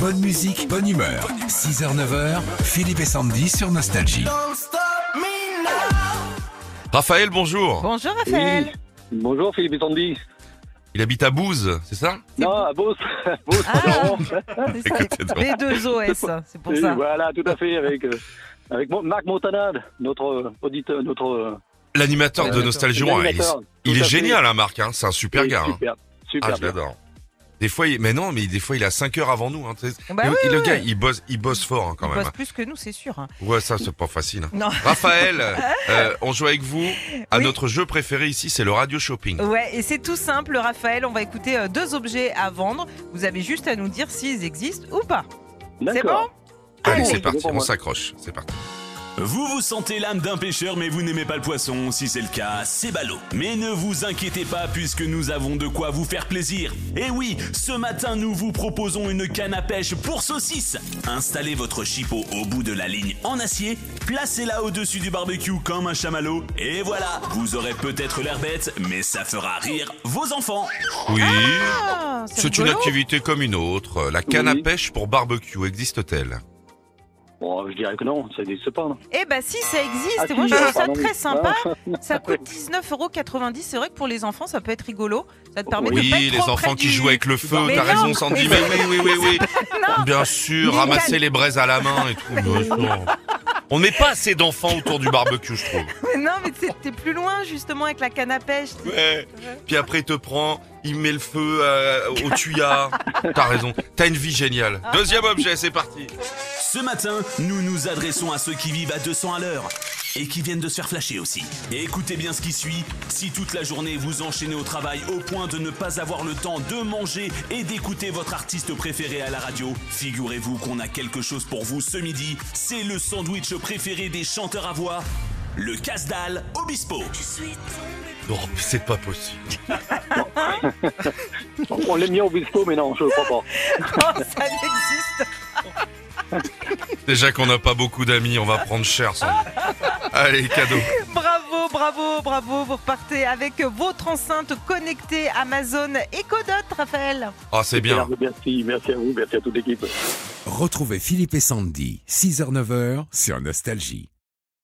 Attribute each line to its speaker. Speaker 1: Bonne musique, bonne humeur. 6h, 9h, Philippe et Sandy sur Nostalgie.
Speaker 2: Raphaël, bonjour.
Speaker 3: Bonjour Raphaël.
Speaker 4: Bonjour Philippe et Sandy.
Speaker 2: Il habite à Bouze, c'est ça
Speaker 4: Non, à Beauce. Beauce,
Speaker 3: Ah, c'est ça.
Speaker 2: Écoutez donc.
Speaker 3: B2OS, c'est pour
Speaker 4: Et
Speaker 3: ça.
Speaker 4: Voilà, tout à fait, avec, euh, avec Mo- Marc Montanade, notre euh, auditeur, notre euh,
Speaker 2: L'animateur de
Speaker 3: Euh,
Speaker 2: Nostalgie,
Speaker 4: notre
Speaker 2: hein, il,
Speaker 4: animateur.
Speaker 2: il
Speaker 4: Tout
Speaker 2: est
Speaker 4: à fait.
Speaker 2: génial, hein, Marc. hein, c'est un super
Speaker 4: Et
Speaker 2: gars. hein.
Speaker 4: Super, super.
Speaker 2: Ah, je l'adore. Des fois, il... mais non, mais des fois, il a 5 heures avant nous. hein, tu sais.
Speaker 3: Bah
Speaker 2: le
Speaker 3: oui,
Speaker 2: le
Speaker 3: oui,
Speaker 2: gars,
Speaker 3: oui.
Speaker 2: il bosse, il bosse fort hein, quand
Speaker 3: Il
Speaker 2: même.
Speaker 3: bosse plus que nous, c'est sûr. hein.
Speaker 2: hein. Ouais, ça, c'est pas facile. hein.
Speaker 3: Non.
Speaker 2: Raphaël, euh, on joue avec vous à
Speaker 3: Oui.
Speaker 2: notre jeu préféré ici, c'est le radio shopping.
Speaker 3: Ouais, et c'est tout simple, Raphaël. On va écouter euh, deux objets à vendre. Vous avez juste à nous dire s'ils existent ou pas. C'est bon Ah,
Speaker 4: D'accord.
Speaker 2: Allez,
Speaker 4: bon,
Speaker 2: c'est
Speaker 4: c'est
Speaker 2: parti,
Speaker 4: bon pour
Speaker 2: on
Speaker 4: moi.
Speaker 2: s'accroche. C'est parti.
Speaker 5: Vous vous sentez l'âme d'un pêcheur mais vous n'aimez pas le poisson, si c'est le cas, c'est ballot. Mais ne vous inquiétez pas puisque nous avons de quoi vous faire plaisir. Et oui, ce matin nous vous proposons une canne à pêche pour saucisse. Installez votre chipot au bout de la ligne en acier, placez-la au-dessus du barbecue comme un chamallow, et voilà, vous aurez peut-être l'air bête, mais ça fera rire vos enfants.
Speaker 2: Oui.
Speaker 3: Ah,
Speaker 2: C'est une
Speaker 3: rigolo.
Speaker 2: activité comme une autre. La canne à
Speaker 4: Oui.
Speaker 2: pêche pour barbecue existe-t-elle
Speaker 4: Bon, je dirais que non, ça n'existe pas. non.
Speaker 3: Eh bah si, ça existe.
Speaker 4: Ah, si,
Speaker 3: Moi, je trouve ça
Speaker 4: pardon, oui.
Speaker 3: très sympa.
Speaker 4: Ah,
Speaker 3: Ça coûte 19,90€. C'est vrai que pour les enfants, ça peut être rigolo. Ça te permet de
Speaker 2: Oui,
Speaker 3: pas être
Speaker 2: les
Speaker 3: trop
Speaker 2: enfants
Speaker 3: près
Speaker 2: qui
Speaker 3: du-
Speaker 2: jouent avec le feu,
Speaker 3: Mais
Speaker 2: t'as
Speaker 3: non,
Speaker 2: raison Sandy, mais
Speaker 3: mais-
Speaker 2: oui, oui, oui, oui. Bien sûr,
Speaker 3: Mais
Speaker 2: ramasser
Speaker 3: t'as-
Speaker 2: les braises à la main et tout. bien sûr. On ne met pas assez d'enfants autour du barbecue, je trouve.
Speaker 3: Mais non, mais t'es- t'es plus loin justement avec la canne à pêche.
Speaker 2: Ouais. Puis après, il te prend, il met le feu euh, au tuyau. T'as raison, t'as une vie géniale. Deuxième objet, c'est parti.
Speaker 5: Ce matin, nous nous adressons à ceux qui vivent à 200 à l'heure et qui viennent de se faire flasher aussi. Et écoutez bien ce qui suit. Si toute la journée vous enchaînez au travail au point de ne pas avoir le temps de manger et d'écouter votre artiste préféré à la radio, figurez-vous qu'on a quelque chose pour vous ce midi. C'est le sandwich préféré des chanteurs à voix, le casse-dalle Obispo.
Speaker 2: Oh, c'est pas possible.
Speaker 4: On l'aime bien au bispo, mais non, je ne crois pas.
Speaker 3: Non, ça n'existe.
Speaker 2: Déjà qu'on n'a pas beaucoup d'amis, on va prendre cher, Sandy. Allez, cadeau.
Speaker 3: Bravo, bravo, bravo. Vous repartez avec votre enceinte connectée Amazon Ecodot, Raphaël.
Speaker 2: Oh, c'est bien.
Speaker 4: Merci, merci à vous, merci à toute l'équipe.
Speaker 1: Retrouvez Philippe et Sandy, 6h, 9h sur Nostalgie.